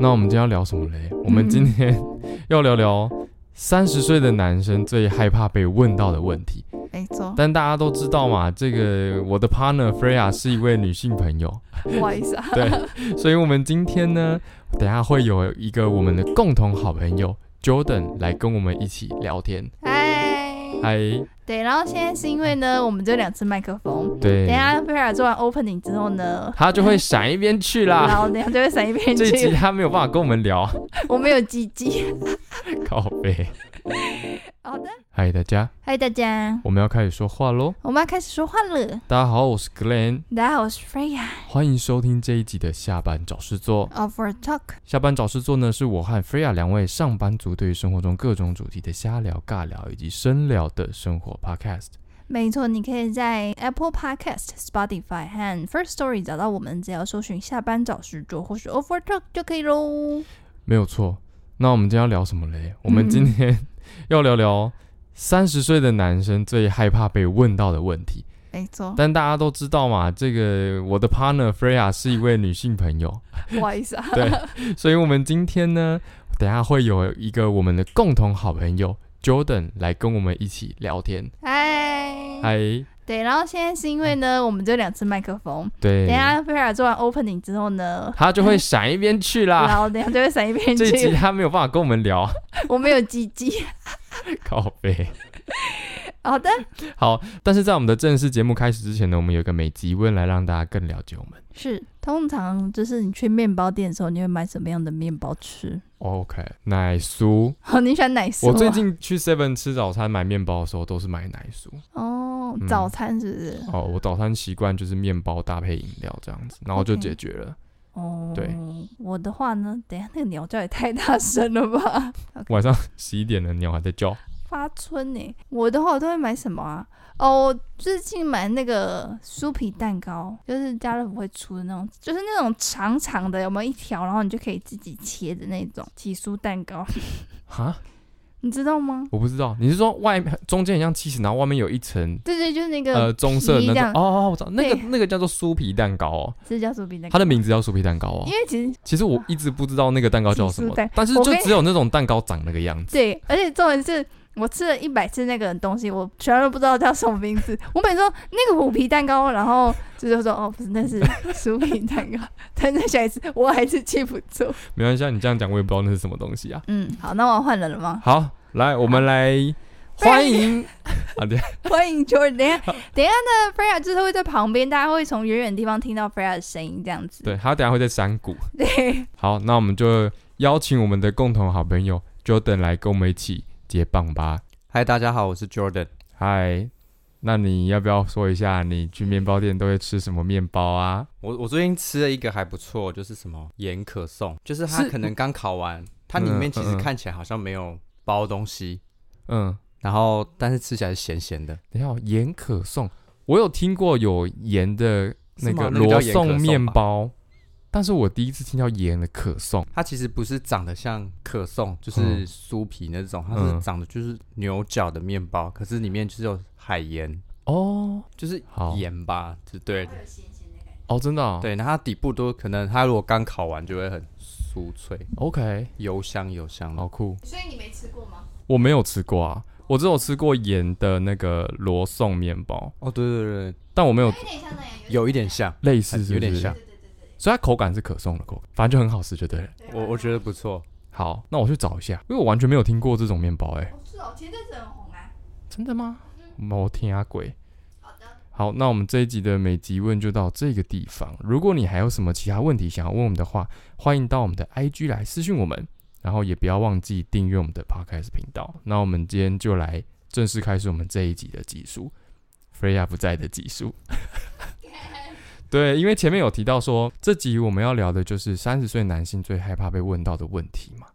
那我们今天要聊什么嘞？嗯我们今天要聊聊三十岁的男生最害怕被问到的问题。没 错，但大家都知道嘛，这个我的 partner Freya 是一位女性朋 友，不好意思啊，对，所以我们今天呢，等一下会有一个我们的共同好朋友 Jordan 来跟我们一起聊天。嗨，嗨，对，然后现在是因为呢，我们只有两只麦克风，对等一，下菲尔做完 opening 之后呢，他就会闪一边去然 啦。后等一下就会闪一边啊这一集去，他没有办法跟我们 聊，我们有鸡鸡。靠背。好的，嗨，大家，嗨大家，我们要开始说话喽。我们要开始说话了。大家好，我是 Glenn，大家好，我是 Freya 欢迎收听这一集的下班找事做。 of our talk。下班找事做呢，是我和 Freya 两位上班族对于生活中各种主题的瞎聊、尬聊以及深聊的生活 Podcast。没错，你可以在 Apple Podcast、Spotify 和 First Story 找到我们，只要搜寻“下班找事做”或是 “Over Talk” 就可以喽。没有错。那我们今天要聊什么嘞？我们今天要聊聊三十岁的男生最害怕被问到的问题。没错，但大家都知道嘛，这个我的 partner Freya 是一位女性朋友，不好意思啊，对，所以我们今天呢，等一下会有一个我们的共同好朋友 Jordan 来跟我们一起聊天。嗨，嗨，对，然后现在是因为呢，我们只有两只麦克风，对等一，下菲尔做完 opening 之后呢，他就会闪一边去啦。 然后等一下就会闪一边啊这一集去，他没有办法跟我们聊， 我们有鸡鸡。靠背。好的，好，但是在我们的正式节目开始之前呢，我们有一个每集问来让大家更了解我们。是通常就是你去面包店的时候，你会买什么样的面包吃？ OK，奶酥。哦，你喜欢奶酥啊？我最近去 Seven 吃早餐买面包的时候，都是买奶酥。哦嗯，早餐是不是？哦，我早餐习惯就是面包搭配饮料这样子，然后就 OK 解决了。哦，对，我的话呢，等一下那个鸟叫也太大声了吧，晚上十一点了，鸟还在 叫。发春呢、我的话，我都会买什么啊？哦，我最近买那个酥皮蛋糕，就是家乐福会出的那种，就是那种长长的，有没有一条，然后你就可以自己切的那种起酥蛋糕， 哈，你知道吗？我不知道，你是说外中间很像 cheese，然后外面有一层对对，就是那个、呃棕色的皮这那样种？哦哦，我知道，那个对那个叫做酥皮蛋糕哦，这叫酥皮蛋糕它。的名字叫酥皮蛋糕哦因。为其实其实我一直不知道那个蛋糕叫什起么酥蛋，但是我就跟只有那种蛋糕长那个样子。对，而且重点是我吃了一百次那个东西，我全都不知道叫什么名字。 我每次说那个虎皮蛋糕，然后就是说哦，不是，那是酥皮蛋糕。 但是下一次我还是记不住。没关系，啊，你这样讲我也不知道那是什么东西啊。嗯，好，那我要换人了 吗？好，来，我们来欢迎。好的，欢迎 Jordan。等一下，等一下呢，Freya 就是会在旁边，大家会从远远的地方听到 Freya 的声音，这样子。对，他等一下会在山谷。对，好，那我们就邀请我们的共同好朋友 Jordan 来跟我们一起接棒吧。嗨，大家好，我是 Jordan。嗨，那你要不要说一下你去面包店都会吃什么面包啊？我我最近吃了一个还不错，就是什么盐可颂，就是它是可能刚烤完，它里面其实看起来好像没有包东西，嗯，然后但是吃起来是咸咸的。等一下哦，盐可颂，我有听过有盐的那是吗个那个罗叫盐可颂吧宋面包，但是我第一次听到盐的可颂。它其实不是长得像可颂，就嗯是酥皮那种，它嗯是长得就是牛角的面包，可是里面就是有海盐，哦就是好盐吧，就对哦，真的、哦、对。然后它底部都可能它如果刚烤完就会很酥脆， ，OK，油香油香的。好酷。所以你没吃过吗？我没有吃过啊，我只有吃过盐的那个罗宋面包，哦，对对对，但我 没有点像那样。有一点像，类似是不是有点像，所以它口感是可颂的口感，反正就很好吃就对了。我我觉得不错。好，那我去找一下，嗯因为我完全没有听过这种面包、欸，哎，是哦，前阵子很红啊。真的吗？我天啊鬼！好，那我们这一集的每集问就到这个地方。如果你还有什么其他问题想要问我们的话，欢迎到我们的 IG 来私讯我们，然后也不要忘记订阅我们的 Podcast 频道。那我们今天就来正式开始我们这一集的集数，Freya 不在的集数。对，因为前面有提到说，这集我们要聊的就是三十岁男性最害怕被问到的问题嘛。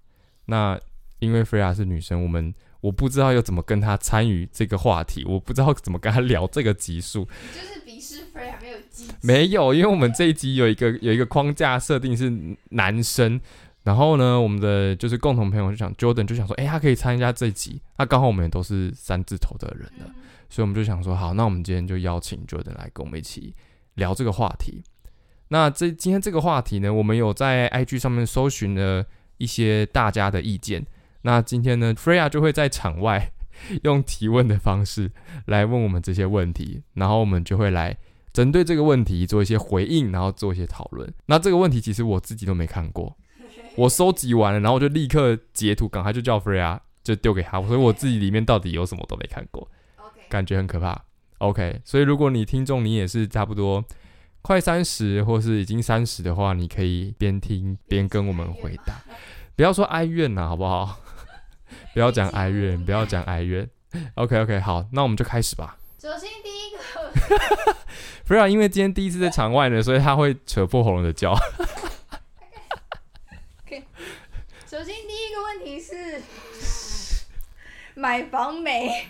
那因为 Freya 是女生，我们我不知道要怎么跟她参与这个话题，我不知道怎么跟她聊这个集数。就是鄙视 Freya 没有鸡鸡。没有，因为我们这一集有一个有一个框架设定是男生，然后呢，我们的就是共同朋友就想 Jordan 就想说，哎、他可以参加这一集，那刚好我们也都是三字头的人了，嗯所以我们就想说，好，那我们今天就邀请 Jordan 来跟我们一起聊这个话题。那这今天这个话题呢，我们有在 IG 上面搜寻了一些大家的意见。那今天呢，Freya 就会在场外 用提问的方式来问我们这些问题，然后我们就会来针对这个问题做一些回应，然后做一些讨论。那这个问题其实我自己都没看过，我收集完了，然后我就立刻截图，赶快就叫 Freya 就丢给他，所以我自己里面到底有什么都没看过。感觉很可怕。OK，所以如果你听众你也是差不多快三十或是已经三十的话，你可以边听边跟我们回答，不要说哀怨呐、好不好？ 不要讲哀怨，不要讲哀怨。OK OK，好，那我们就开始吧。首先第一个， 不然因为今天第一次在场外呢，所以他会扯破喉咙的 叫。首先第一个问题是买房没？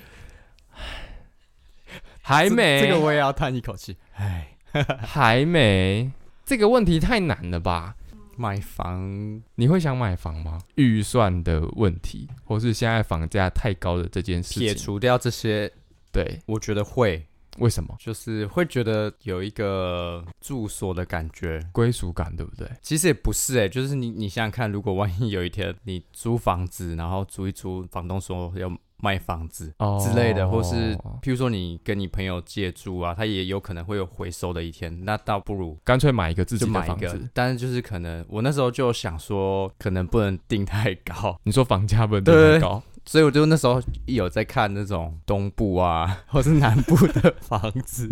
还这哎没，哎这个我也要叹一口气。唉，还没，这个问题太难了吧？买房你会想买房吗？预算的问题，或是现在房价太高的这件事撇情，除掉这些，对，我觉得会，为什么？就是会觉得有一个住所的感觉。归属感，对不对？其实也不是哎、就是你你想想看，如果万一有一天你租房子，然后租一租，房东说要卖房子哦之类的，或是譬如说你跟你朋友借住啊，他也有可能会有回收的一天，那倒不如干脆买一个自就己的买一房个子。。但是就是可能我那时候就想说，可能不能定太高，你说房价不能定很对高，所以我就那时候有在看那种东部啊 或是南部的房子，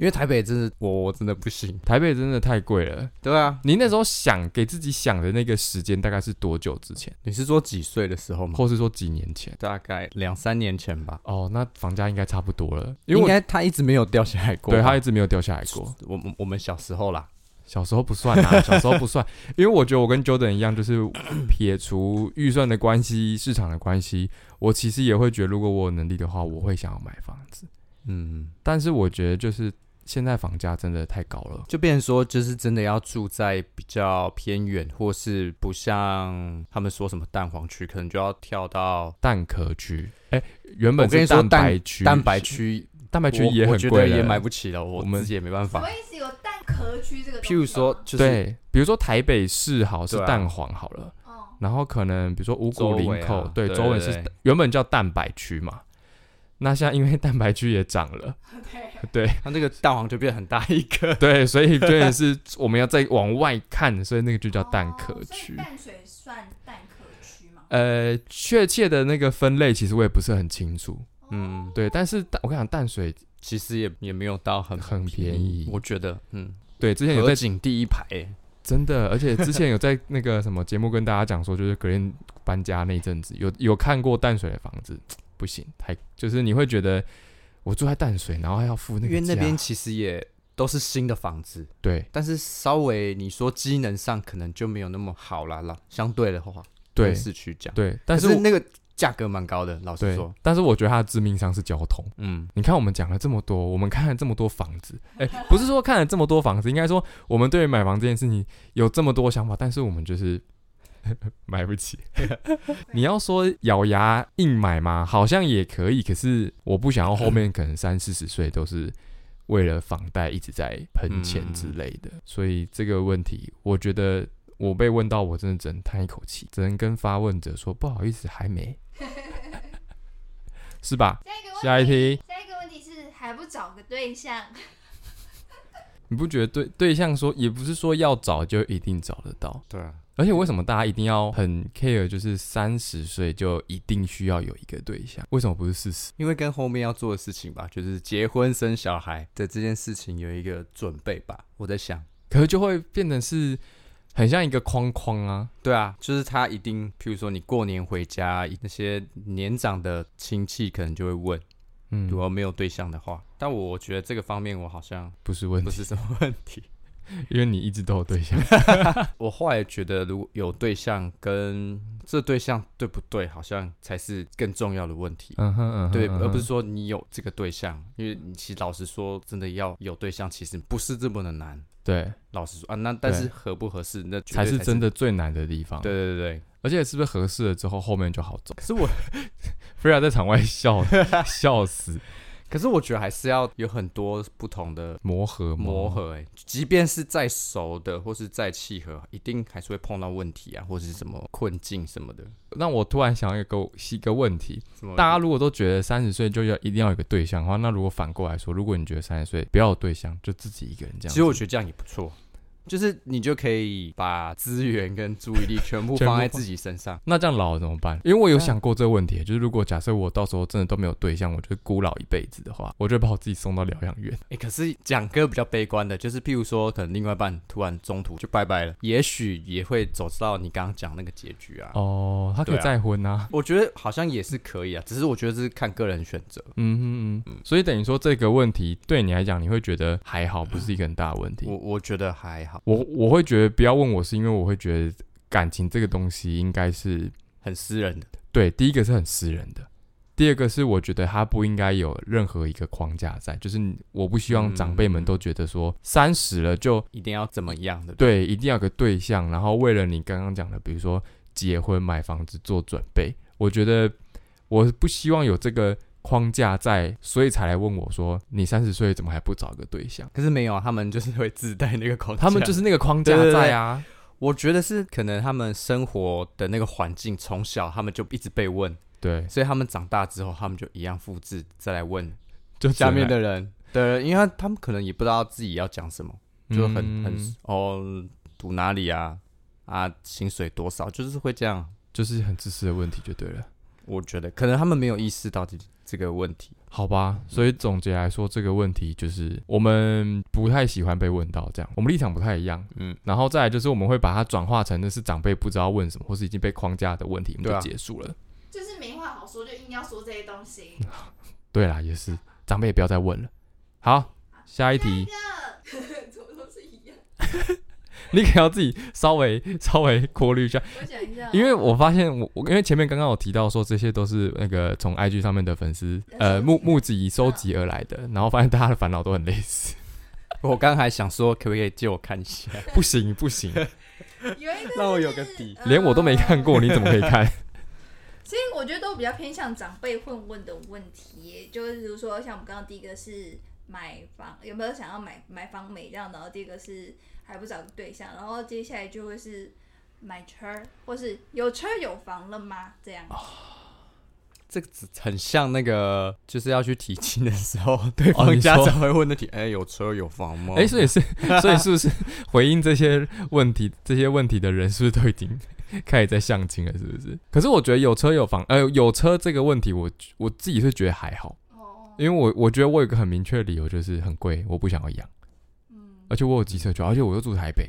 因为台北真的我我真的不行。台北真的太贵了。对啊，你那时候想给自己想的那个时间大概是多久之前，你是说几岁的时候吗？或是说几年前？大概两三年前吧，嗯哦，那房价应该差不多了，因因为应为该它一直没有掉下来我过对吧。它一直没有掉下来过。我们我们小时候啦，小时候不算 啊，小时候不算，因为我觉得我跟 Jordan 一样，就是 撇除预算的关系、市场的关系，我其实也会觉得，如果我有能力的话，我会想要买房子。嗯，但是我觉得，就是现在房价真的太高了，就变成说，就是真的要住在比较偏远，或是不像他们说什么蛋黄区，可能就要跳到蛋壳区，哎、原本我跟是你说蛋白区，蛋白区，蛋白区我也我很觉得贵了，也买不起了，我我们自己也没办什么法。意思？有蛋壳区这个东西譬吗？如说，就是对，比如说台北市好是对啊蛋黄好了， 哦，然后可能比如说五周股围林口，啊对，对周围对是对原本叫蛋白区嘛，那现在因为蛋白区也涨了。 对，它那个蛋黄就变很大一个，对，所以这也是我们要再往外看，所以那个就叫蛋壳哦所以区。淡水算蛋壳区吗？呃，确切的那个分类其实我也不是很清楚，哦嗯，对，但是淡我跟你讲，淡水其实也也没有到很很便宜我觉得，嗯，对之前有河在景第一排欸，真的，而且之前有在那个什么节目跟大家讲说，就是格林搬家那阵子，有有看过淡水的房子，不行，太就是你会觉得我住在淡水，然后还要付那因个为那价边其实也都是新的房子，对但是稍微你说机能上可能就没有那么好啦啦，相对的话，对跟市区讲，对，但但是是我那个价格蛮高的，老实对说，，但是我觉得它的致命伤是交通。嗯，你看，我们讲了这么多，我们看了这么多房子，哎、不是说看了这么多房子，应该说我们对于买房这件事情有这么多想法，但是我们就是 买不起。你要说咬牙硬买吗？好像也可以，可是我不想要后面可能三四十岁都是为了房贷一直在喷钱之类的，所以这个问题，我觉得我被问到，我真的只能叹一口气，只能跟发问者说不好意思，还没，是吧？下一个问题，下一题。下一个问题是还不找个对象？你不觉得对对象说也不是说要找就一定找得到？对啊，而且为什么大家一定要很 care，就是三十岁就一定需要有一个对象？为什么不是四十？因为跟后面要做的事情吧，就是结婚生小孩的这件事情有一个准备吧，我在想。可是就会变成是很像一个框框啊。对啊，就是他一定，譬如说你过年回家，那些年长的亲戚可能就会问，嗯如，果没有对象的话，但我觉得这个方面我好像不是问不题，是什么问题。因为你一直都有对象。 我后来觉得，如果有对象跟这对象对不对，好像才是更重要的问题。 嗯哼嗯哼，对，嗯哼而不是说你有这个对象，因为你其实老实说，真的要有对象，其实不是这么的难。对，老实说啊，那但是对合不合适，那绝才对是真的的。最难的地方。对，对对对，而且是不是合适了之后，后面就好走？可是我 菲亚在场外笑笑死。可是我觉得还是要有很多不同的磨合吗磨，合、欸，即便是再熟的或是再契合，一定还是会碰到问题啊，或者是什么困境什么的。让我突然想到一个一个问题，什么大家如果都觉得三十岁就要一定要有一个对象的话，那如果反过来说，如果你觉得三十岁不要有对象，就自己一个人这样子，其实我觉得这样也不错，就是你就可以把资源跟注意力 全部全部放在放自己身上。那这样老了怎么办？因为我有想过这个问题，就是如果假设我到时候真的都没有对象，我就孤老一辈子的话，我就把我自己送到疗养院。哎、可是讲个比较悲观的，就是譬如说，可能另外一半突然中途就拜拜了，也许也会走到你刚刚讲那个结局啊。 哦，他可以对啊再婚啊。我觉得好像也是可以啊，只是我觉得是看个人选择。嗯哼嗯，所以等于说这个问题对你来讲，你会觉得还好，不是一个很大的问题。我我觉得还好，我我会觉得不要问我，是因为我会觉得感情这个东西应该是很私人的。对，第一个是很私人的，第二个是我觉得他不应该有任何一个框架在，就是你我不希望长辈们嗯都觉得说三十了就一定要怎么样的？对，一定要有个对象，然后为了你刚刚讲的，比如说结婚、买房子做准备，我觉得我不希望有这个框架在，所以才来问我说你三十岁怎么还不找个对象？可是没有啊，他们就是会自带那个口，他们就是那个框架对对在啊。我觉得是可能他们生活的那个环境，从小他们就一直被问，对，所以他们长大之后，他们就一样复制再来问就下面只能的人。对，因为他他们可能也不知道自己要讲什么，就很、嗯很哦，读哪里啊啊，薪水多少，就是会这样。就是很自私的问题就对了。我觉得可能他们没有意识到这这个问题。好吧，所以总结来说，这个问题就是我们不太喜欢被问到，这样我们立场不太一样，嗯嗯，然后再来就是我们会把它转化成那是长辈不知道问什么，或是已经被框架的问题，我们对就啊结束了。就是没话好说，就硬要说这些 东西。对啦，也是，长辈也不要再问了。好，下一 题，怎么都是一样？你可能要自己稍微稍微过滤一 下，我想一下哦，因为我发现我我因为前面刚刚有提到说这些都是那个从 IG 上面的粉丝呃募募集收集而来的，然后发现大家的烦恼都很类似， 我刚还想说，可不可以借我看一下，不行不行，有一个让我有个是底。连我都没看过，你怎么可以看？其实我觉得都比较偏向长辈会问的问题，就是比如说像我们刚刚第一个是买房有没有想要买买房美这样，然后第二个是还不找个对象，然后接下来就会是买车儿，或是有车有房了吗？这样。这个只很像那个，就是要去提亲的时 候，对哦方你家说长会问的题：哎、有车有房吗？哎、所以是，所以是 不是回应这些问题，这些问题的人是不是都已经 开始在相亲了？是不是？可是我觉得有车有房，呃，有车这个问题我，我自己是觉得还好，哦，因为我我觉得我有一个很明确的理由，就是很贵，我不想要养，嗯，而且我有机车权，而且我又住台北，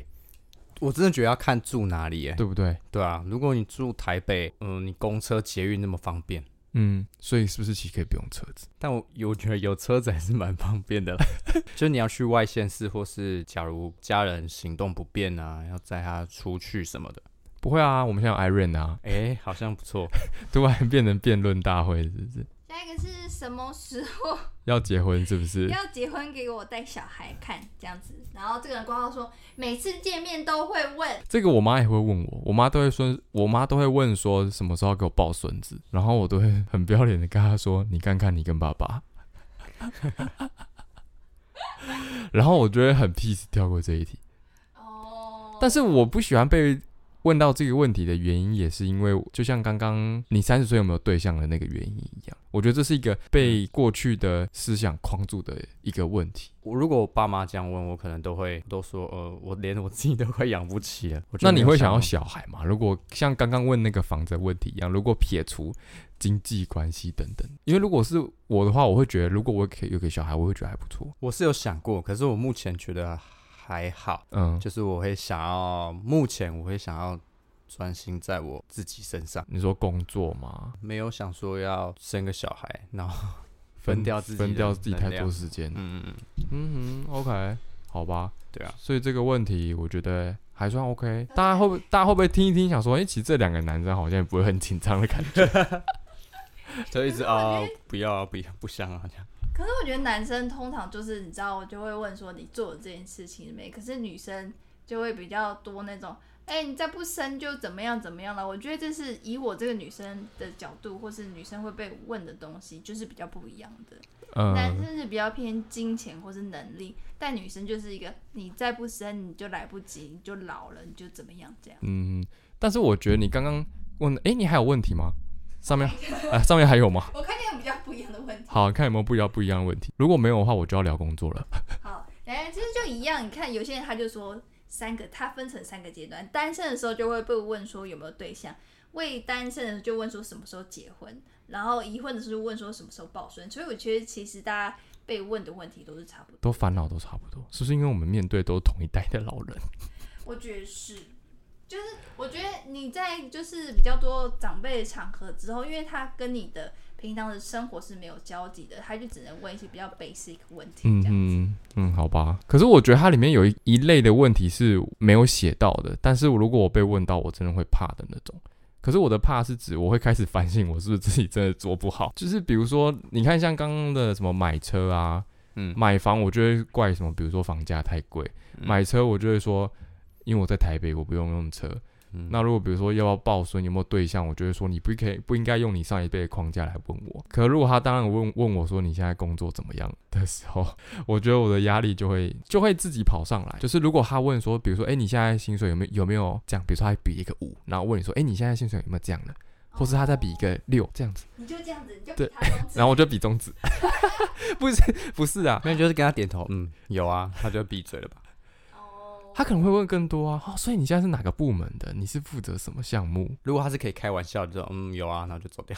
我真的觉得要看住哪里、哎，对不对？对啊，如果你住台北，嗯，你公车、捷运那么方便，嗯，所以是不是其实可以不用车子？但我我觉得有车子还是蛮方便的啦。 就你要去外县市，或是假如家人行动不便啊，要载他出去什么的，不会啊，我们现在有 Irene 啊，哎、好像不错。突然变成辩论大会，是不是？下一个是什么时候要结婚是不是？要结婚给我带小孩看这样子？然后这个人挂号说，每次见面都会问，这个我妈也会问我，我妈都会说，我妈都会问说什么时候给我抱孙子，然后我都会很不要脸的跟她说，你看看你跟爸爸， 然后我就会很 peace 跳过这一题。哦，但是我不喜欢被问到这个问题的原因，也是因为就像刚刚你三十岁有没有对象的那个原因一样，我觉得这是一个被过去的思想框住的一个问题。我如果我爸妈这样问我，可能都会都说，呃，我连我自己都快养不起了。我就那你没有会想要要小孩吗？如果像刚刚问那个房子的问题一样，如果撇除经济关系等等，因为如果是我的话，我会觉得如果我可以有个小孩，我会觉得还不错。我是有想过，可是我目前觉得还好，嗯，就是我会想要，目前我会想要专心在我自己身上，你说工作嘛，没有想说要生个小孩，然后分掉自己的分掉自己太能多量时间。嗯嗯嗯，嗯哼，OK，好吧。对啊，所以这个问题我觉得还算 OK。大家会不会大家会不会听一听，想说，哎、其实这两个男生好像也不会很紧张的感觉。 就一可是直我啊觉得，不要啊不要不想啊，这样可是我觉得男生通常就是你知道，我就会问说你做了这件事情没？可是女生就会比较多那种，哎、你再不生就怎么样怎么样了。我觉得这是以我这个女生的角度，或是女生会被问的东西，就是比较不一样的。男嗯，生是比较偏金钱或是能力，但女生就是一个你再不生你就来不及，你就老了，你就怎么样这样。嗯，但是我觉得你刚刚问，诶，你还有问题吗？上面 啊，上面还有吗？我看见有比较不一样的问题。好看有没有不一样不一样的问题。如果没有的话，我就要聊工作了。好，来，其实就一样。你看，有些人他就说三个，他分成三个阶段。单身的时候就会被问说有没有对象，未单身的时候就问说什么时候结婚，然后已婚的时候就问说什么时候抱孙。所以我觉得其实大家被问的问题都是差不多。都烦恼都差不多，是不是因为我们面对都是同一代的老人？我觉得是，就是我觉得你在就是比较多长辈的场合之后，因为他跟你的平常的生活是没有交集的，他就只能问一些比较 basic 问题嗯这样子。嗯嗯，好吧。可是我觉得它里面有一一类的问题是没有写到的，但是如果我被问到，我真的会怕的那种。可是我的怕是指我会开始反省，我是不是自己真的做不好？就是比如说，你看像刚刚的什么买车啊、嗯，买房，我就会怪什么，比如说房价太贵；嗯买车，我就会说，因为我在台北，我不用用车。嗯那如果比如说要不要抱孙，有没有对象，我就会说你不可以不应该用你上一辈的框架来问我。可如果他当然问问我说你现在工作怎么样的时候， 我觉得我的压力就会就会自己跑上来。就是如果他问说，比如说哎、诶你现在薪水有没有有没有这样？比如说他比一个五，然后问你说哎、诶你现在薪水有没有这样的？或是他再比一个六这样子，哦你就这样子，你就对比 他公子然后我就比中指，不是不是啊，那就是跟他点头，嗯，有啊，他就闭嘴了吧？哦，他可能会问更多啊。哦，所以你现在是哪个部门的？你是负责什么项目？如果他是可以开玩笑，就嗯有啊，然后就走掉。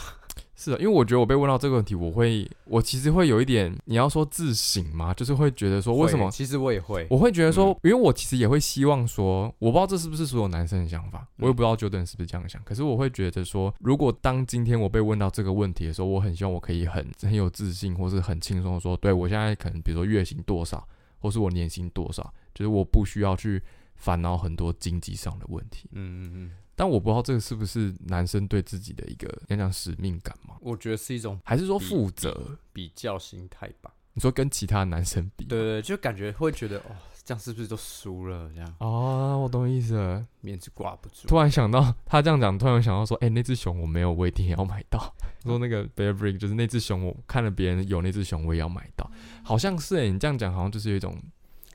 是啊，因为我觉得我被问到这个问题，我会，我其实会有一点，你要说自省嘛，就是会觉得说，为什么会？其实我也会，我会觉得说，因为我其实也会希望说，我不知道这是不是所有男生的想法，我也不知道 Jordan 是不是这样想，可是我会觉得说，如果当今天我被问到这个问题的时候，我很希望我可以很很有自信，或是很轻松的说，对我现在可能比如说月薪多少，或是我年薪多少，就是我不需要去烦恼很多经济上的问题。嗯嗯嗯，但我不知道这个是不是男生对自己的一个讲讲使命感嘛，我觉得是一种还是说比负责？比较心态吧。你说跟其他男生比？对对，对就感觉会觉得哦，这样是不是都输了？这样哦，我懂意思了。面子挂不住。突然想到他这样讲，突然想到说，哎、那只熊我没有，我一定也要买 到。说那个 Bear Brick 就是那只熊，我看了别人有那只熊，我也要买到。嗯好像是哎、你这样讲好像就是有一种，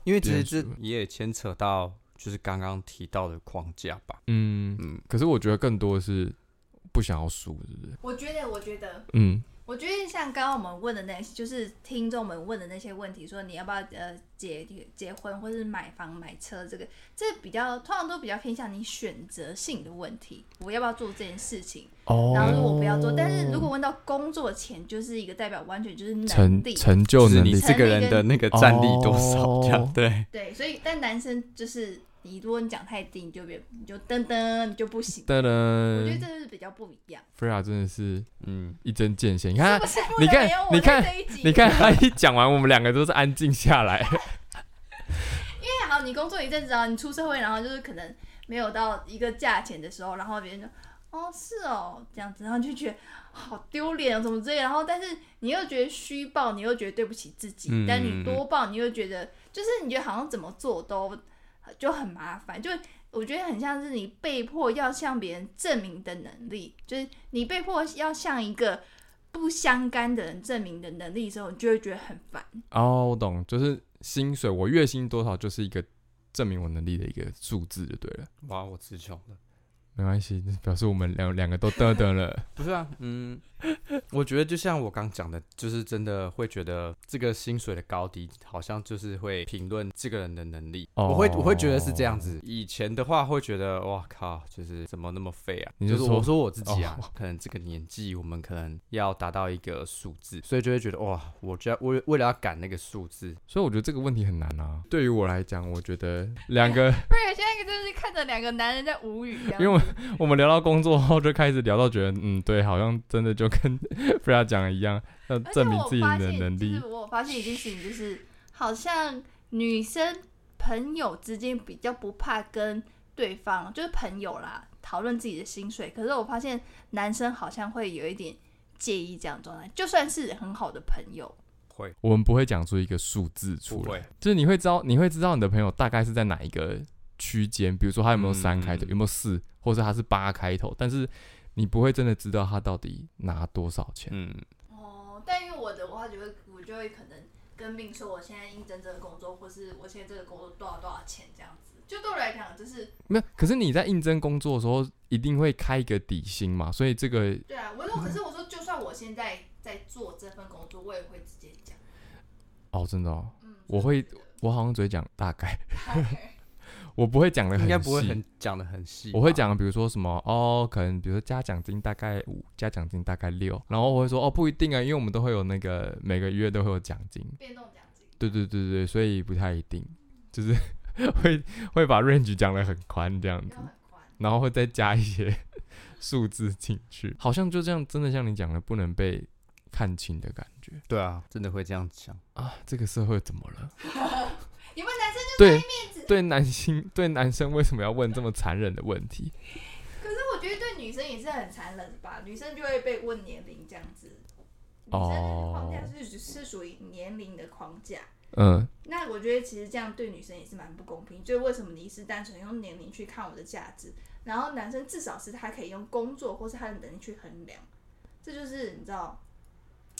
因为其实别人这也牵扯到就是刚刚提到的框架吧。嗯，嗯，可是我觉得更多的是不想要输，是不是？我觉得，我觉得，嗯我觉得像刚刚我们问的那，就是听众们问的那些问题，说你要不要呃结结婚，或是买房买车，这个这比较通常都比较偏向你选择性的问题，我要不要做这件事情，哦然后如果我不要做，但是如果问到工作前，就是一个代表完全就是能成力，成就就是能你力成这个人的那个战力多少这哦样对。对，所以但男生就是你如果你讲太低，你就别你就噔噔你就不行，噔我觉得噔这是比较不一样， ，Freya 真的是嗯，一针见血。你看是不是不你能看没有我你在看这一集你看他一讲完，我们两个都是安静下来。对好，你工作一阵子啊，你出社会，然后就是可能没有到一个价钱的时候，然后别人就哦是哦这样子，然后就觉得好丢脸啊，怎么之类的，然后但是你又觉得虚报，你又觉得对不起自己，嗯但你多报，你又觉得就是你觉得好像怎么做都就很麻烦，就我觉得很像是你被迫要向别人证明的能力，就是你被迫要向一个。不相干的人证明的能力的时候，你就会觉得很烦。哦，我懂，就是薪水，我月薪多少就是一个证明我能力的一个数字就对了。嗯哇，我词穷了。没关系，表示我们两两个都得得了。不是啊，嗯，我觉得就像我刚讲的，就是真的会觉得这个薪水的高低，好像就是会评论这个人的能力。哦 我会我会觉得是这样子。哦以前的话会觉得，哇靠，就是怎么那么废啊？你就是是说我说我自己啊，哦可能这个年纪我们可能要达到一个数字，所以就会觉得哇，我就要为为了要赶那个数字，所以我觉得这个问题很难啊。对于我来讲，我觉得两个，不是，现在就是看着两个男人在无语，因为我我们聊到工作后就开始聊到觉得，嗯，对，好像真的就跟 菲亚讲的一样，要而且证明我自己发的现能就力是。我有发现一件事情，就是好像女生朋友之间比较不怕跟对方，就是朋友啦，讨论自己的薪水。可是我发现男生好像会有一点介意这样的状态，就算是很好的朋友，会我们不会讲出一个数字不出来，会？就是你会知道，你会知道你的朋友大概是在哪一个区间，比如说他有没有嗯三开头，嗯有没有四，或者他是八开头，但是你不会真的知道他到底拿多少钱。嗯，哦，但因为我的话就会，我就会可能跟命说我现在应征这个工作，或是我现在这个工作多少多少钱这样子。就对我来讲，就是没有，可是你在应征工作的时候，一定会开一个底薪嘛，所以这个对啊，我说可是我说，就算我现在在做这份工作，我也会直接讲，哦，真的哦，嗯，我所会以觉得我好像只会讲大概， 我不会讲的很应细，该不会很讲的很细吧，我会讲，比如说什么哦，可能比如说加奖金大概五，加奖金大概六，然后我会说哦不一定啊，因为我们都会有那个每个月都会有奖金，变动奖金。对对对对，所以不太一定，就是 会会把 range 讲的很宽这样子要，很宽，然后会再加一些 数字进去，好像就这样，真的像你讲的，不能被看清的感觉对啊，真的会这样讲。啊，这个社会怎么了？你们男生对对，男性对男生为什么要问这么残忍的问题？可是我觉得对女生也是很残忍的吧，女生就会被问年龄这样子。女生的哦框架是是属于年龄的框架，嗯，那我觉得其实这样对女生也是蛮不公平。就是为什么你是单纯用年龄去看我的价值，然后男生至少是他可以用工作或是他的能力去衡量，这就是你知道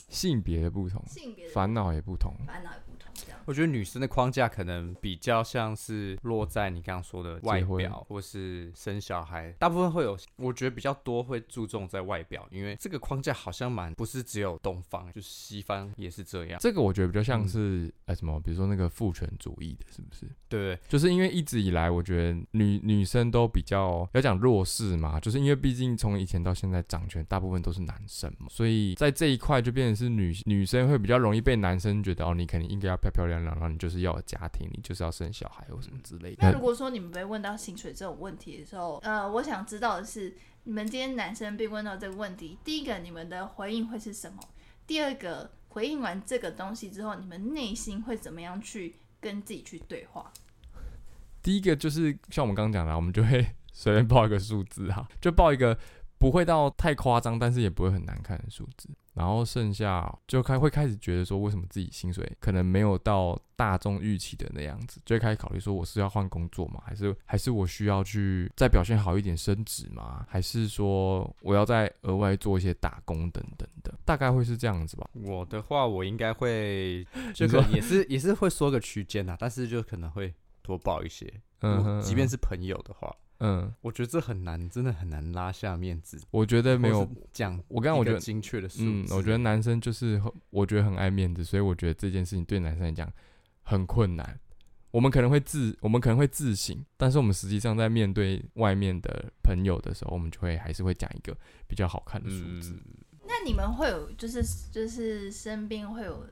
性别的不同，性别的烦恼也不同。烦恼也不同这样。我觉得女生的框架可能比较像是落在你刚刚说的外结婚表，或是生小孩，大部分会有，我觉得比较多会注重在外表，因为这个框架好像蛮不是只有东方，就是西方也是这样，这个我觉得比较像嗯是呃什么，比如说那个父权主义的，是不是？对不对？就是因为一直以来，我觉得女女生都比较要讲弱势嘛，就是因为毕竟从以前到现在掌权大部分都是男生嘛，所以在这一块就变成是女女生会比较容易被男生觉得哦，你肯定应该要漂漂亮亮，然后你就是要有家庭，你就是要生小孩或什么之类的。那如果说你们被问到薪水这种问题的时候，呃，我想知道的是，你们今天男生被问到这个问题，第一个你们的回应会是什么？第二个回应完这个东西之后，你们内心会怎么样去跟自己去对话？第一个就是像我们刚刚讲的啊，我们就会 随便报一个数字哈，就报一个不会到太夸张，但是也不会很难看的数字。然后剩下就开会开始觉得说，为什么自己薪水可能没有到大众预期的那样子，就会开始考虑说，我是要换工作吗？还是还是我需要去再表现好一点升职吗？还是说我要再额外做一些打工等等的？大概会是这样子吧。我的话，我应该 会，就你可说能也是也是会说个区间啊，但是就可能会多报一些，嗯哼，即便是朋友的话。嗯，我觉得这很难，真的很难拉下面子，我觉得没或有是讲我刚刚一我个觉得精确的数字。嗯，我觉得男生就是很我觉得很爱面子，所以我觉得这件事情对男生来讲很困难。我们可能会自我们可能会自省，但是我们实际上在面对外面的朋友的时候，我们就会还是会讲一个比较好看的数字。嗯，那你们会有就是就是身边会有，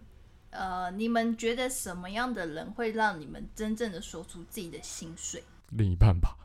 呃，你们觉得什么样的人会让你们真正的说出自己的薪水？另一半吧，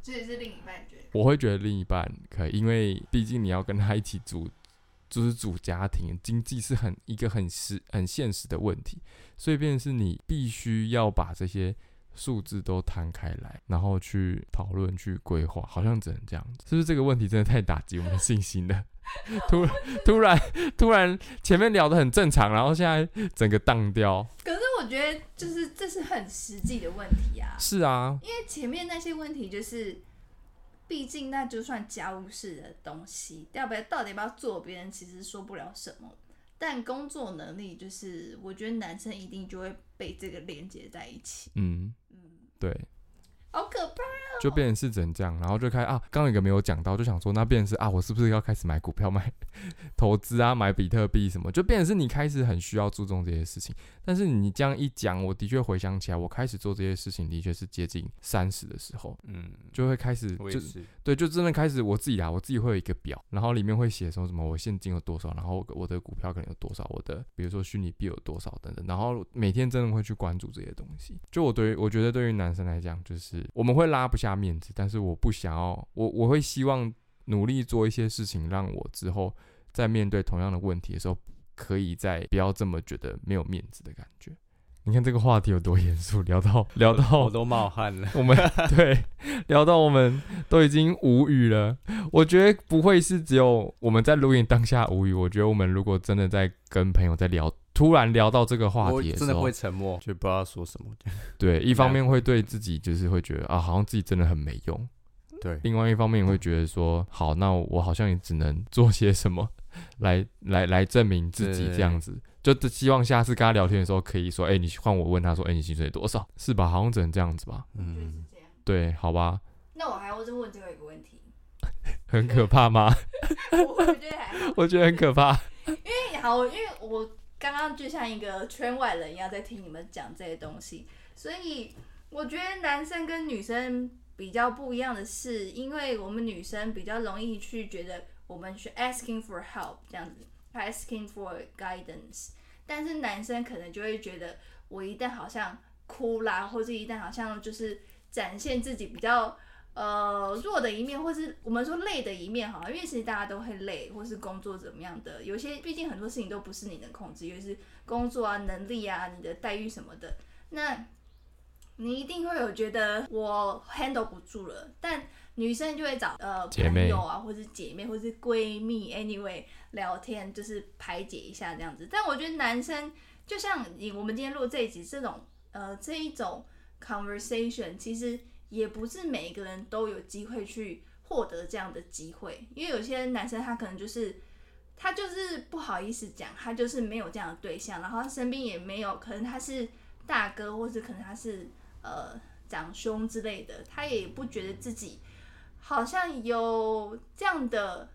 这也是另一半觉得。我会觉得另一半可以，因为毕竟你要跟他一起组， 就是组家庭，经济是很一个很实很现实的问题，所以便是你必须要把这些数字都摊开来，然后去讨论、去规划，好像只能这样子，是不是这个问题真的太打击我们的信心了？ 突突然突然前面聊的很正常，然后现在整个荡掉，可是我觉得就是这是很实际的问题啊，是啊，因为前面那些问题就是，毕竟那就算家务事的东西，要不要到底要不要做，别人其实说不了什么。但工作能力就是，我觉得男生一定就会被这个连接在一起，嗯，对，好可怕。就变成是整这样，然后就开啊，刚刚有一个没有讲到，就想说那变成是啊，我是不是要开始买股票、买 投资啊、买比特币什么？就变成是你开始很需要注重这些事情。但是你这样一讲，我的确回想起来，我开始做这些事情的确是接近三十的时候，嗯，就会开始我就也是。对，就真的开始我自己啊，我自己会有一个表，然后里面会写什么什么，我现金有多少，然后我的股票可能有多少，我的比如说虚拟币有多少等等，然后每天真的会去关注这些东西。就我对于我觉得对于男生来讲，就是我们会拉不下面子，但是我不想要，我我会希望努力做一些事情，让我之后在面对同样的问题的时候，可以再不要这么觉得没有面子的感觉。你看这个话题有多严肃，聊到聊到我都冒汗了。我们对聊到我们都已经无语了。我觉得不会是只有我们在录音当下无语，我觉得我们如果真的在跟朋友在聊，突然聊到这个 话我题的真时的候会，啊沉默，就不知道说什么。 对，一方面会对自己就是会觉得啊，好像自己真的很没用；，对，另外一方面也会觉得说，好，那我好像也只能做些什么来来来证明自己对这样子。就希望下次跟他聊天的时候可以说，哎、你换我问他说，哎、你薪水多少？是吧？好像只能这样子吧？嗯，这样。对，好吧，那我还要再问最后一个问 题，很可怕吗？我我觉得还好， 我觉得很可怕。因为好，因为我刚刚就像一个圈外人一样在听你们讲这些东西，所以我觉得男生跟女生比较不一样的是，因为我们女生比较容易去觉得我们去 asking for help 这样子，asking for guidance，但是男生可能就会觉得我一旦好像哭啦，或者一旦好像就是展现自己比较。呃弱的一面，或是我们说累的一面好了，因为其实大家都会累，或是工作怎么样的，有些毕竟很多事情都不是你能控制，尤其是工作啊、能力啊、你的待遇什么的，那你一定会有觉得我 handle 不住了，但。女生就会找呃姐朋妹友啊，或是姐妹，或是闺蜜，anyway 聊天，就是排解一下这样子。但我觉得男生就像你我们今天录这一集这种呃这一种 conversation，其实也不是每一个人都有机会去获得这样的机会，因为有些男生他可能就是他就是不好意思讲，他就是没有这样的对象，然后他身边也没有，可能他是大哥，或是可能他是呃长兄之类的，他也不觉得自己好像有这样的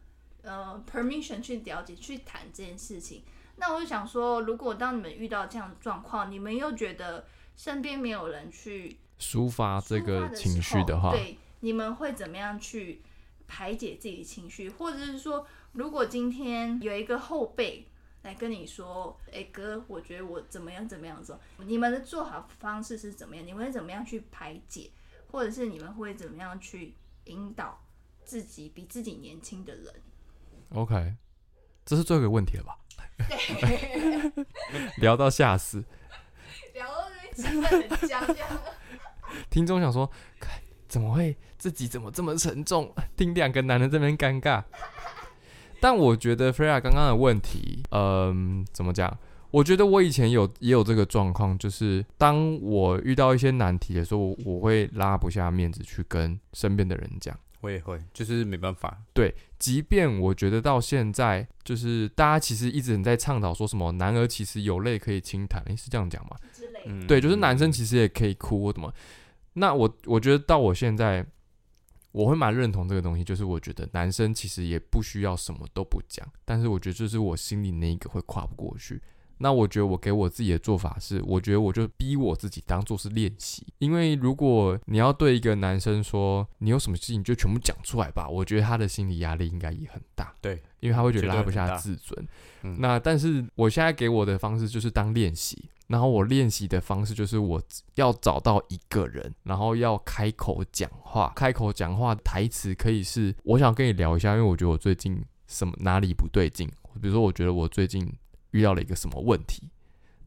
呃 permission 去了解、去谈这件事情。那我就想说，如果当你们遇到这样的状况，你们又觉得身边没有人去抒发啊这抒发个的时情绪候的话，对，你们会怎么样去排解自己的情绪，或者是说，如果今天有一个后辈来跟你说：“哎、哥，我觉得我怎么样怎么样怎么样你们的做好方式是怎么样？你们会怎么样去排解，或者是你们会怎么样去引导自己比自己年轻的人？ OK，这是最后一个问题了吧？ 聊到吓死， 聊到这边气氛很僵，这样听众想说，看怎么会自己怎么这么沉重？听两个男人这边尴尬。但我觉得 Freya 刚刚的问题，嗯，怎么讲？我觉得我以前有也有这个状况，就是当我遇到一些难题的时候，我我会拉不下面子去跟身边的人讲。我也会，就是没办法，即便我觉得到现在，就是大家其实一直很在倡导说什么“男儿其实有泪可以轻弹”，诶，是这样讲吗？ 之类的。嗯，对，就是男生其实也可以哭或怎么。那我我觉得到我现在，我会蛮认同这个东西，就是我觉得男生其实也不需要什么都不讲，但是我觉得这是我心里那一个会跨不过去。那我觉得我给我自己的做法是，我觉得我就逼我自己当做是练习，因为如果你要对一个男生说你有什么事情就全部讲出来吧，我觉得他的心理压力应该也很大，对，因为他会觉得绝对拉不很下大自尊。嗯那但是我现在给我的方式就是当练习，然后我练习的方式就是我要找到一个人，然后要开口讲话，开口讲话台词可以是我想跟你聊一下，因为我觉得我最近什么哪里不对劲，比如说我觉得我最近遇到了一个什么问题，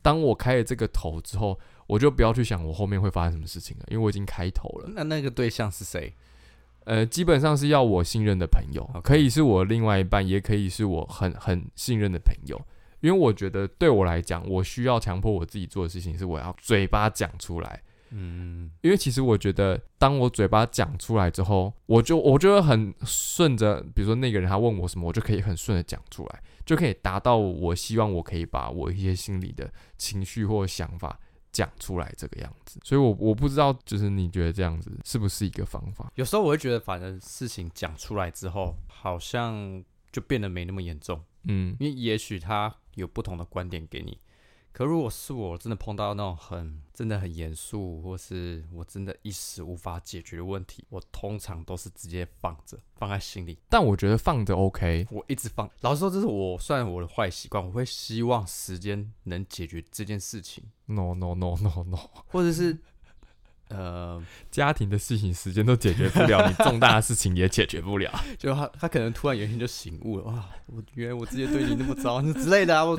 当我开了这个头之后，我就不要去想我后面会发生什么事情了，因为我已经开头了。那那个对象是谁？呃，基本上是要我信任的朋友 OK 可以是我另外一半，也可以是我很很信任的朋友。因为我觉得对我来讲，我需要强迫我自己做的事情是我要嘴巴讲出来，嗯，因为其实我觉得，当我嘴巴讲出来之后，我就我就会很顺着，比如说那个人他问我什么，我就可以很顺的讲出来，就可以达到我希望我可以把我一些心里的情绪或想法讲出来这个样子。所以我，我不知道，就是你觉得这样子是不是一个方法？有时候我会觉得，反正事情讲出来之后，好像就变得没那么严重，嗯因为也许他有不同的观点给你。可如果是我真的碰到那种很真的很严肃，或是我真的一时无法解决的问题，我通常都是直接放着，放在心里，但我觉得放着 OK，我一直放。老实说，这是我算我的坏习惯，我会希望时间能解决这件事情， no no no no no，或者是呃，家庭的事情时间都解决不了，你重大的事情也解决不了。就他他可能突然有一天就醒悟了，哇，我原来我之前对你那么糟之 类的啊，我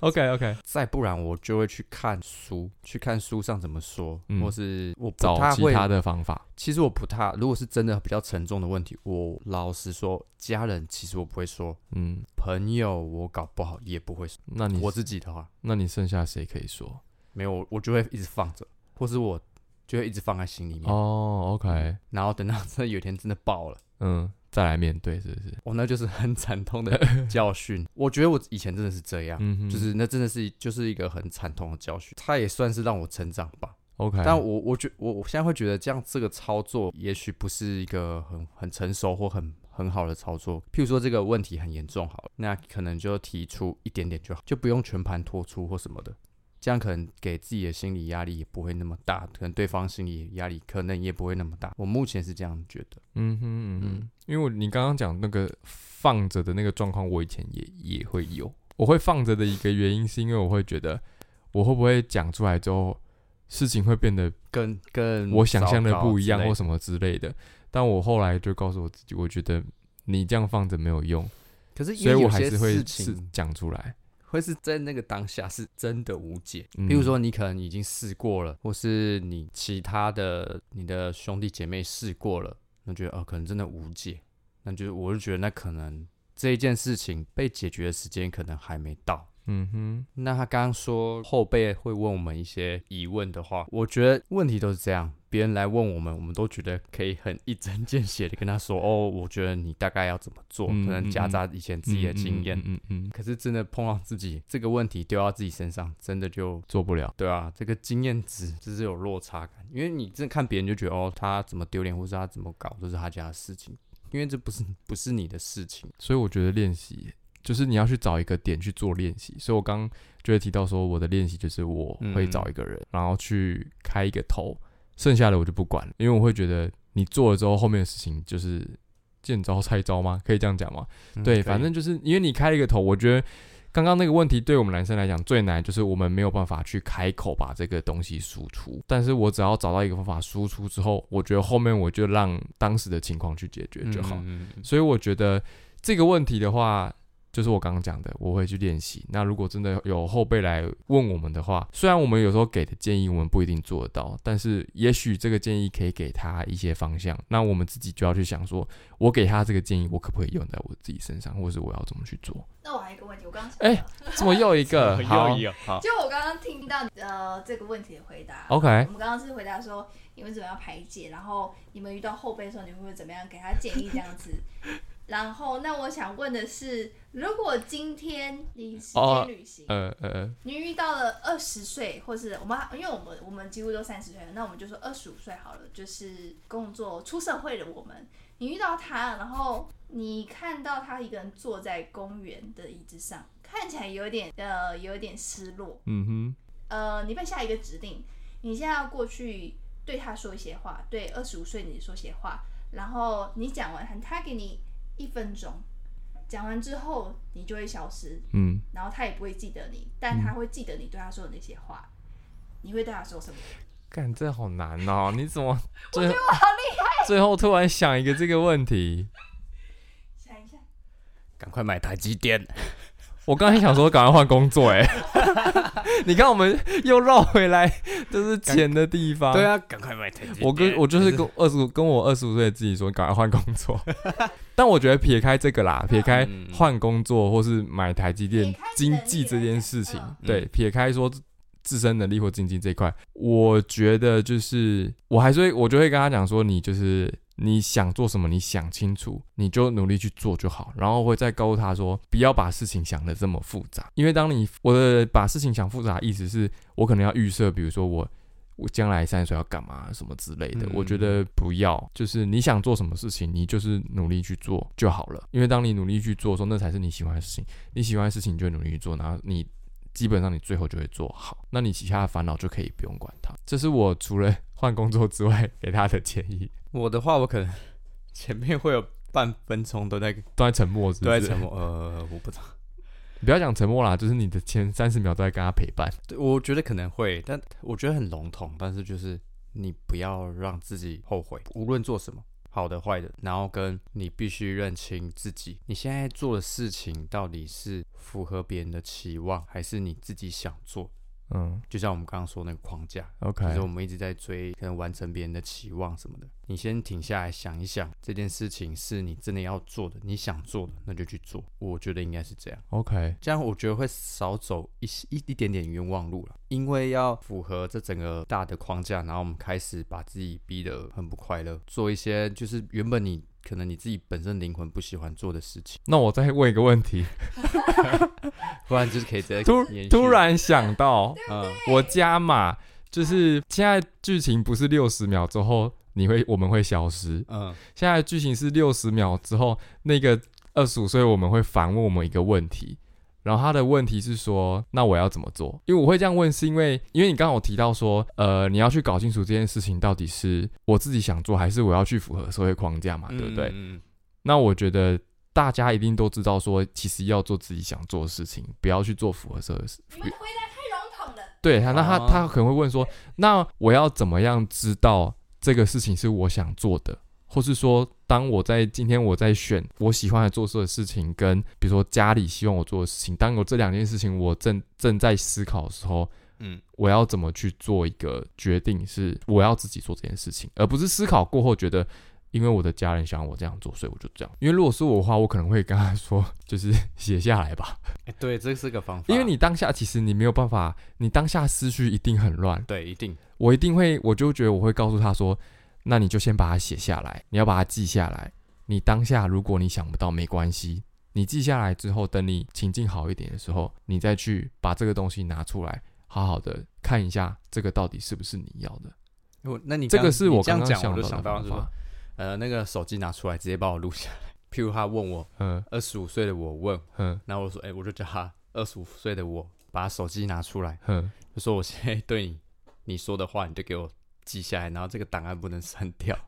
OK OK，再不然我就会去看书，去看书上怎么说，嗯或是我不找太其会。他的方法。其实我不太，如果是真的比较沉重的问题，我老实说，家人其实我不会说，嗯，朋友我搞不好也不会说。那你我自己的话，那你剩下谁可以说？没有，我就会一直放着，或是我就会一直放在心里面，哦，OK，然后等到真的有一天真的爆了，嗯，再来面对，是不是？哦，那就是很 惨 痛的教训。我觉得我以前真的是这样，嗯哼，就是那真的是就是一个很惨痛的教训，它也算是让我成长吧。 OK，但我我觉我我现在会觉得这样这个操作也许不是一个很很成熟或很很好的操作。譬如说这个问题很严重好了，那可能就提出一点点就好，就不用全盘托出或什么的。这样可能给自己的心理压力也不会那么大，可能对方心理压力可能也不会那么大。我目前是这样觉得。嗯哼嗯哼嗯，因为我你刚刚讲那个放着的那个状况，我以前也也会有。我会放着的一个原因，是因为我会觉得，我会不会讲出来之后，事情会变得跟跟我想象的糟糕不一样之类或的什么之类的。但我后来就告诉我自己，我觉得你这样放着没有用，可是所也以我有还些是会事是情讲出来。会是在那个当下是真的无解。嗯比如说你可能已经试过了，或是你其他的你的兄弟姐妹试过了，那觉得哦、可能真的无解，那就我就觉得那可能这一件事情被解决的时间可能还没到。嗯哼，那他刚刚说后辈会问我们一些疑问的话，我觉得问题都是这样，别人来问我们，我们都觉得可以很一针见血的跟他说，哦，我觉得你大概要怎么做，嗯可能夹嗯杂以前自己的嗯经嗯，验嗯嗯嗯嗯可是真的碰到自己这个问题丢到自己身上，真的就做不了。对啊，这个经验值就是有落差感，因为你真的看别人就觉得哦，他怎么丢脸，或是他怎么搞，都是他家的事情，因为这不是不是你的事情。所以我觉得练习就是你要去找一个点去做练习。所以我刚刚就会提到说，我的练习就是我会找一个嗯人，然后去开一个头，剩下的我就不管了，因为我会觉得你做了之后，后面的事情就是见招拆招吗？可以这样讲吗？嗯对，可以反正就是因为你开了一个头，我觉得。刚刚那个问题对我们男生来讲最难，就是我们没有办法去开口把这个东西输出。但是我只要找到一个方法输出之后，我觉得后面我就让当时的情况去解决就好。嗯嗯嗯所以我觉得这个问题的话，就是我刚刚讲的，我会去练习。那如果真的有后辈来问我们的话，虽然我们有时候给的建议我们不一定做得到，但是也许这个建议可以给他一些方向。那我们自己就要去想说，我给他这个建议，我可不可以用在我自己身上，或是我要怎么去做？那我还有一个问题，我刚刚想哎到，怎么又一个 我好又有好，就我刚刚听到呃这个问题的回答。 ？OK，我们刚刚是回答说你们怎么样排解，然后你们遇到后辈的时候，你们会怎么样给他建议这样子。然后，那我想问的是，如果今天你时哦间旅行，呃呃，你遇到了二十岁，或是我们，因为我们我们几乎都三十岁了，那我们就说二十五岁好了，就是工作出社会的我们，你遇到他，然后你看到他一个人坐在公园的椅子上，看起来有点呃有点失落，嗯呃，你被下一个指令，你现在要过去对他说一些话，对二十五岁你说些话，然后你讲完，他给你一分钟，讲完之后你就会消失，哼，嗯。然后他也不会记得你，但他会记得你对他说的那些话。你会对他说什么？干，这好难哦！你怎么最后最后突然想一个这个问题？想一下，赶快买台积电。我刚才想说赶快换工作、欸， 哎，你看我们又绕回来，就是钱的地方。对，啊，赶快买台积电。我跟我就是跟二十五跟我二十五岁的自己说赶快换工 作，但我觉得撇开这个啦，撇开嗯换工作或是买台积电撇开能经力济来这件讲事情嗯，对，嗯撇开说自身能力或经济这一块，我觉得就是我还是会我就会跟他讲说，你就是你想做什么，你想清楚，你就努力去做就好，然后会再告诉他说，不要把事情想的这么复杂，因为当你我的把事情想复杂，意思是我可能要预设，比如说我。我将来三十岁要干嘛什么之类的，嗯我觉得不要，就是你想做什么事情，你就是努力去做就好了。因为当你努力去做的时候，那才是你喜欢的事情。你喜欢的事情，你就努力去做，然后你基本上你最后就会做好，那你其他的烦恼就可以不用管它。这是我除了换工作之外给他的建议。我的话，我可能 前面会有半分钟都在都在沉默，是不都在是？沉默。呃，我不知道。不要讲沉默啦，就是你的前三十秒都在跟他陪伴。对，我觉得可能会，但我觉得很笼统。但是就是你不要让自己后悔，无论做什么，好的坏的，然后跟你必须认清自己，你现在做的事情到底是符合别人的期望，还是你自己想做？嗯就像我们刚刚说那个框架， ，OK，就是我们一直在追，可能完成别人的期望什么的。你先停下来想一想，这件事情是你真的要做的，你想做的，那就去做。我觉得应该是这样。 OK，这样我觉得会少走一些一一点点冤枉路了，因为要符合这整个大的框架，然后我们开始把自己逼得很不快乐，做一些就是原本你可能你自己本身灵魂不喜欢做的事情，那我再问一个问 题，不然就是可以直接突延续突然想 到，嗯，我加码，就是现在剧情不是六十秒之后你会我们会消失，嗯，现在剧情是六十秒之后，那个二十五岁我们会反问我们一个问题，然后他的问题是说，那我要怎么做？因为我会这样问，是因为因为你刚刚有提到说，呃，你要去搞清楚这件事情到底是我自己想做，还是我要去符合社会框架嘛，对不对？嗯？嗯那我觉得大家一定都知道说，其实要做自己想做的事情，不要去做符合社会。你们回答太笼统了。对他，那他、哦他可能会问说，那我要怎么样知道这个事情是我想做的，或是说，当我在今天我在选我喜欢的做事的事情，跟比如说家里希望我做的事情，当有这两件事情我正正在思考的时候，嗯我要怎么去做一个决定，是我要自己做这件事情，而不是思考过后觉得。因为我的家人想要我这样做，所以我就这样。因为如果是我的话，我可能会跟他说，就是 写下来吧。哎对，这是个方法，因为你当下其实你没有办法，你当下思绪一定很乱，对一定我一定会，我就觉得我会告诉他说，那你就先把它写下来，你要把它记下来。你当下如果你想不到没关系，你记下来之后，等你情境好一点的时候，你再去把这个东西拿出来，好好的看一下这个到底是不是你要的。我那你这刚个是你我这样刚刚讲，想我到就的想到方就是说法。，呃，那个手机拿出来，直接把我录下来。譬如他问我嗯二十五岁的我问，嗯然后我说，哎、我就叫他二十五岁的我把手机拿出来，嗯，就说我现在对你你说的话，你就给我记下来，然后这个档案不能删掉。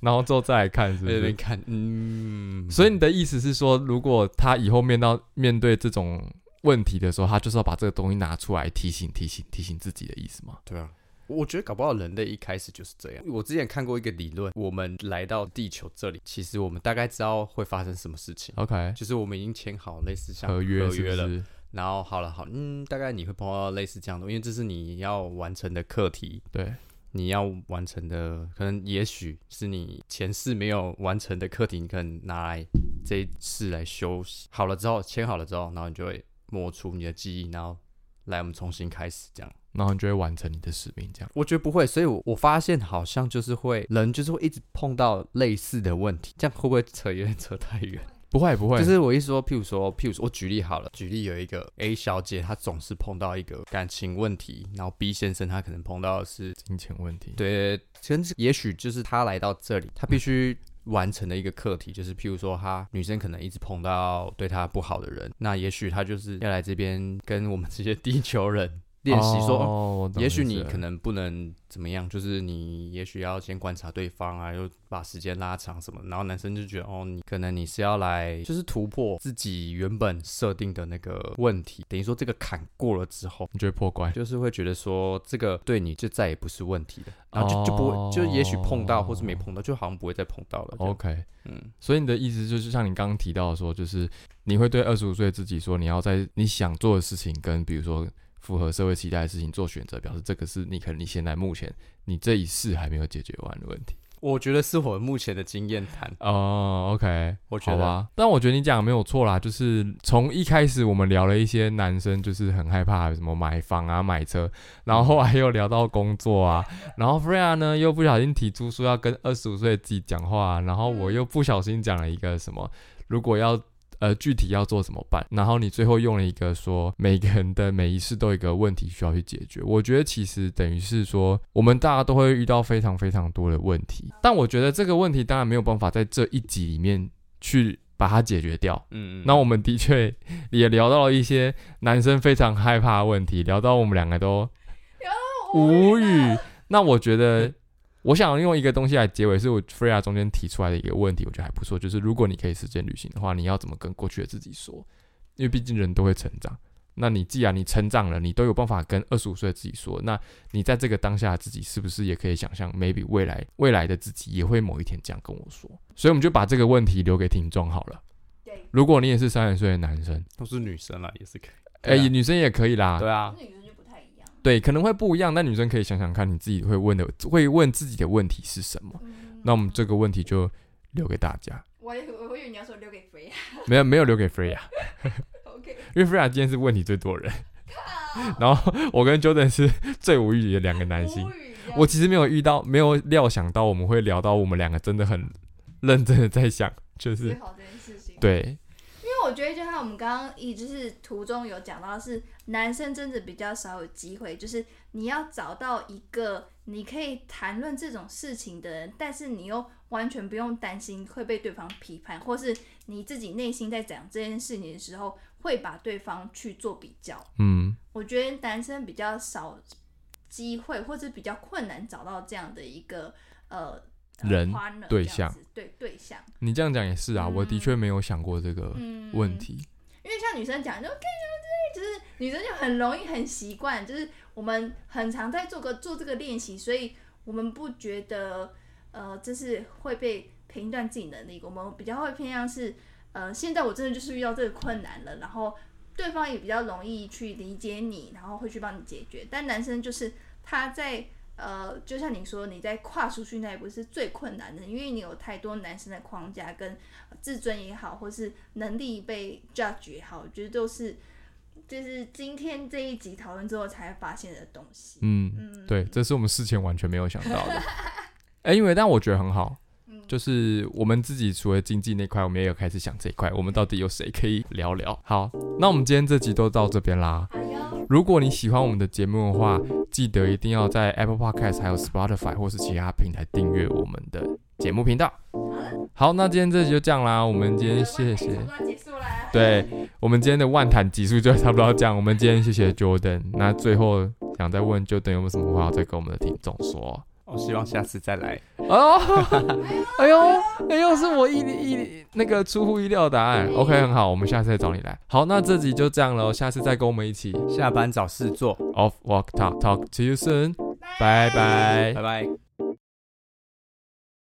然后之后再来看是 在不那边是？看，嗯，所以你的意思是说，如果他以后面到面对这种问题的时候，他就是要把这个东西拿出来提醒、提醒、提醒自己的意思吗？对啊，我觉得搞不好人类一开始就是这样。我之前看过一个理论，我们来到地球这里，其实我们大概知道会发生什么事情， OK，就是我们已经签好类似像合约合是约不了。是？然后好了好，嗯，大概你会碰到类似这样的，因为这是你要完成的课题，对，你要完成的，可能也许是你前世没有完成的课题，你可能拿来这一世来休息。好了之后，签好了之后，然后你就会抹除你的记忆，然后来我们重新开始这样。然后你就会完成你的使命，这样。我觉得不会，所以我我发现好像就是会人就是会一直碰到类似的问题，这样会不会扯远扯太 远？不会不会，就是我一说，譬如说，譬如说，我举例好了，举例有一个 A 小姐，她总是碰到一个感情问题，然后 B 先生他可能碰到的是，金钱问题。对，其实也许就是他来到这里，他必须。完成的一个课题就是，譬如说，她女生可能一直碰到对她不好的人，那也许她就是要来这边跟我们这些地球人练习说，哦哦，我懂也许你意思了可能不能怎么样，就是你也许要先观察对方啊，又把时间拉长什么，然后男生就觉得哦，你可能你是要来就是突破自己原本设定的那个问题，等于说这个坎过了之后，你就会破关，就是会觉得说这个对你就再也不是问题了，然后就、就不哦会，就也许碰到或是没碰到，就好像不会再碰到了。哦， OK。嗯，所以你的意思就是像你刚刚提到的说，就是你会对二十五岁的自己说，你要在你想做的事情跟比如说符合社会期待的事情做选择，表示这个是你可能你现在目前你这一世还没有解决完的问题。我觉得是我目前的经验谈，哦，OK，我觉好得吧。但我觉得你讲的没有错啦，就是从一开始我们聊了一些男生就是很害怕什么买房啊、买车，然后后来又聊到工作啊，然后 Freya 呢又不小心提出说要跟二十五岁的自己讲话、然后我又不小心讲了一个什么，如果要。呃，具体要做怎么办？然后你最后用了一个说，每个人的每一次都有一个问题需要去解决。我觉得其实等于是说，我们大家都会遇到非常非常多的问题，但我觉得这个问题当然没有办法在这一集里面去把它解决掉。嗯，那我们的确也聊到了一些男生非常害怕的问题，聊到我们两个都无语。那我觉得，我想用一个东西来结尾，是我 Freya 中间提出来的一个问题，我觉得还不错，就是如果你可以时间旅行的话，你要怎么跟过去的自己说？因为毕竟人都会成长。那你既然你成长了，你都有办法跟二十五岁的自己说，那你在这个当下的自己是不是也可以想象，maybe 未来未来的自己也会某一天这样跟我说？所以我们就把这个问题留给听众好了。对，如果你也是三十岁的男生，都是女生啦，也是可以。哎、对啊女生也可以啦。对啊，女生就不太一样。对，可能会不一样，但女生可以想想看，你自己会问的，会问自己的问题是什么。那我们这个问题就留给大家，我以为我以为你要说留给肥啊嗯没有没有留给 Freya， ，OK，因为 Freya 今天是问题最多人，然后我跟 Jordan 是最无语的 两个男性。无语这样啊我其实没有遇到，没有料想到我们会聊到我们两个真的很认真的在想，就思是考这件事情。对，因为我觉得就像我们刚刚以就是途中有讲到的是，男生真的比较少有机会，就是你要找到一个你可以谈论这种事情的人，但是你又完全不用担心会被对方批判，或是你自己内心在讲这件事情的时候，会把对方去做比较。嗯，我觉得男生比较少机会，或者比较困难找到这样的一个呃人 partner 对这样象子，对对象，你这样讲也是啊，我的嗯确没有想过这个嗯，问题，因为像女生讲就 gay 啊之类，就是女生就很容易很习惯，就是我们很常在做个做这个练习，所以我们不觉得呃这是会被评断自己能力，我们比较会偏向是呃现在我真的就是遇到这个困难了，然后对方也比较容易去理解你，然后会去帮你解决。但男生就是他在呃，就像你说，你在跨出去那一步是最困难的，因为你有太多男生的框架跟自尊也好，或是能力被 judge 也好，我觉得都是就是今天这一集讨论之后才发现的东西。嗯，嗯，对，这是我们事前完全没有想到 的。哎，因为但我觉得很好，嗯，就是我们自己除了经济那块，我们也有开始想这一块，我们到底有谁可以聊聊？好，那我们今天这集都到这边啦。好哟，如果你喜欢我们的节目的话，记得一定要在 Apple Podcast 还有 Spotify 或是其他平台订阅我们的节目频道。好，那今天这集就这样啦，我们今天谢谢。差不多结束了，对我们今天的万谈集数就差不多要这样，我们今天谢谢 Jordan。那最后想再问 Jordan 有没有什么话要再跟我们的听众说？我希望下次再来。 哦，哎呦，哎呦，是我意意那个出乎意料的答案。OK，很好，我们下次再找你来。好，那这集就这样喽，下次再跟我们一起下班找事做， Off Walk Talk Talk to you soon，拜拜拜拜。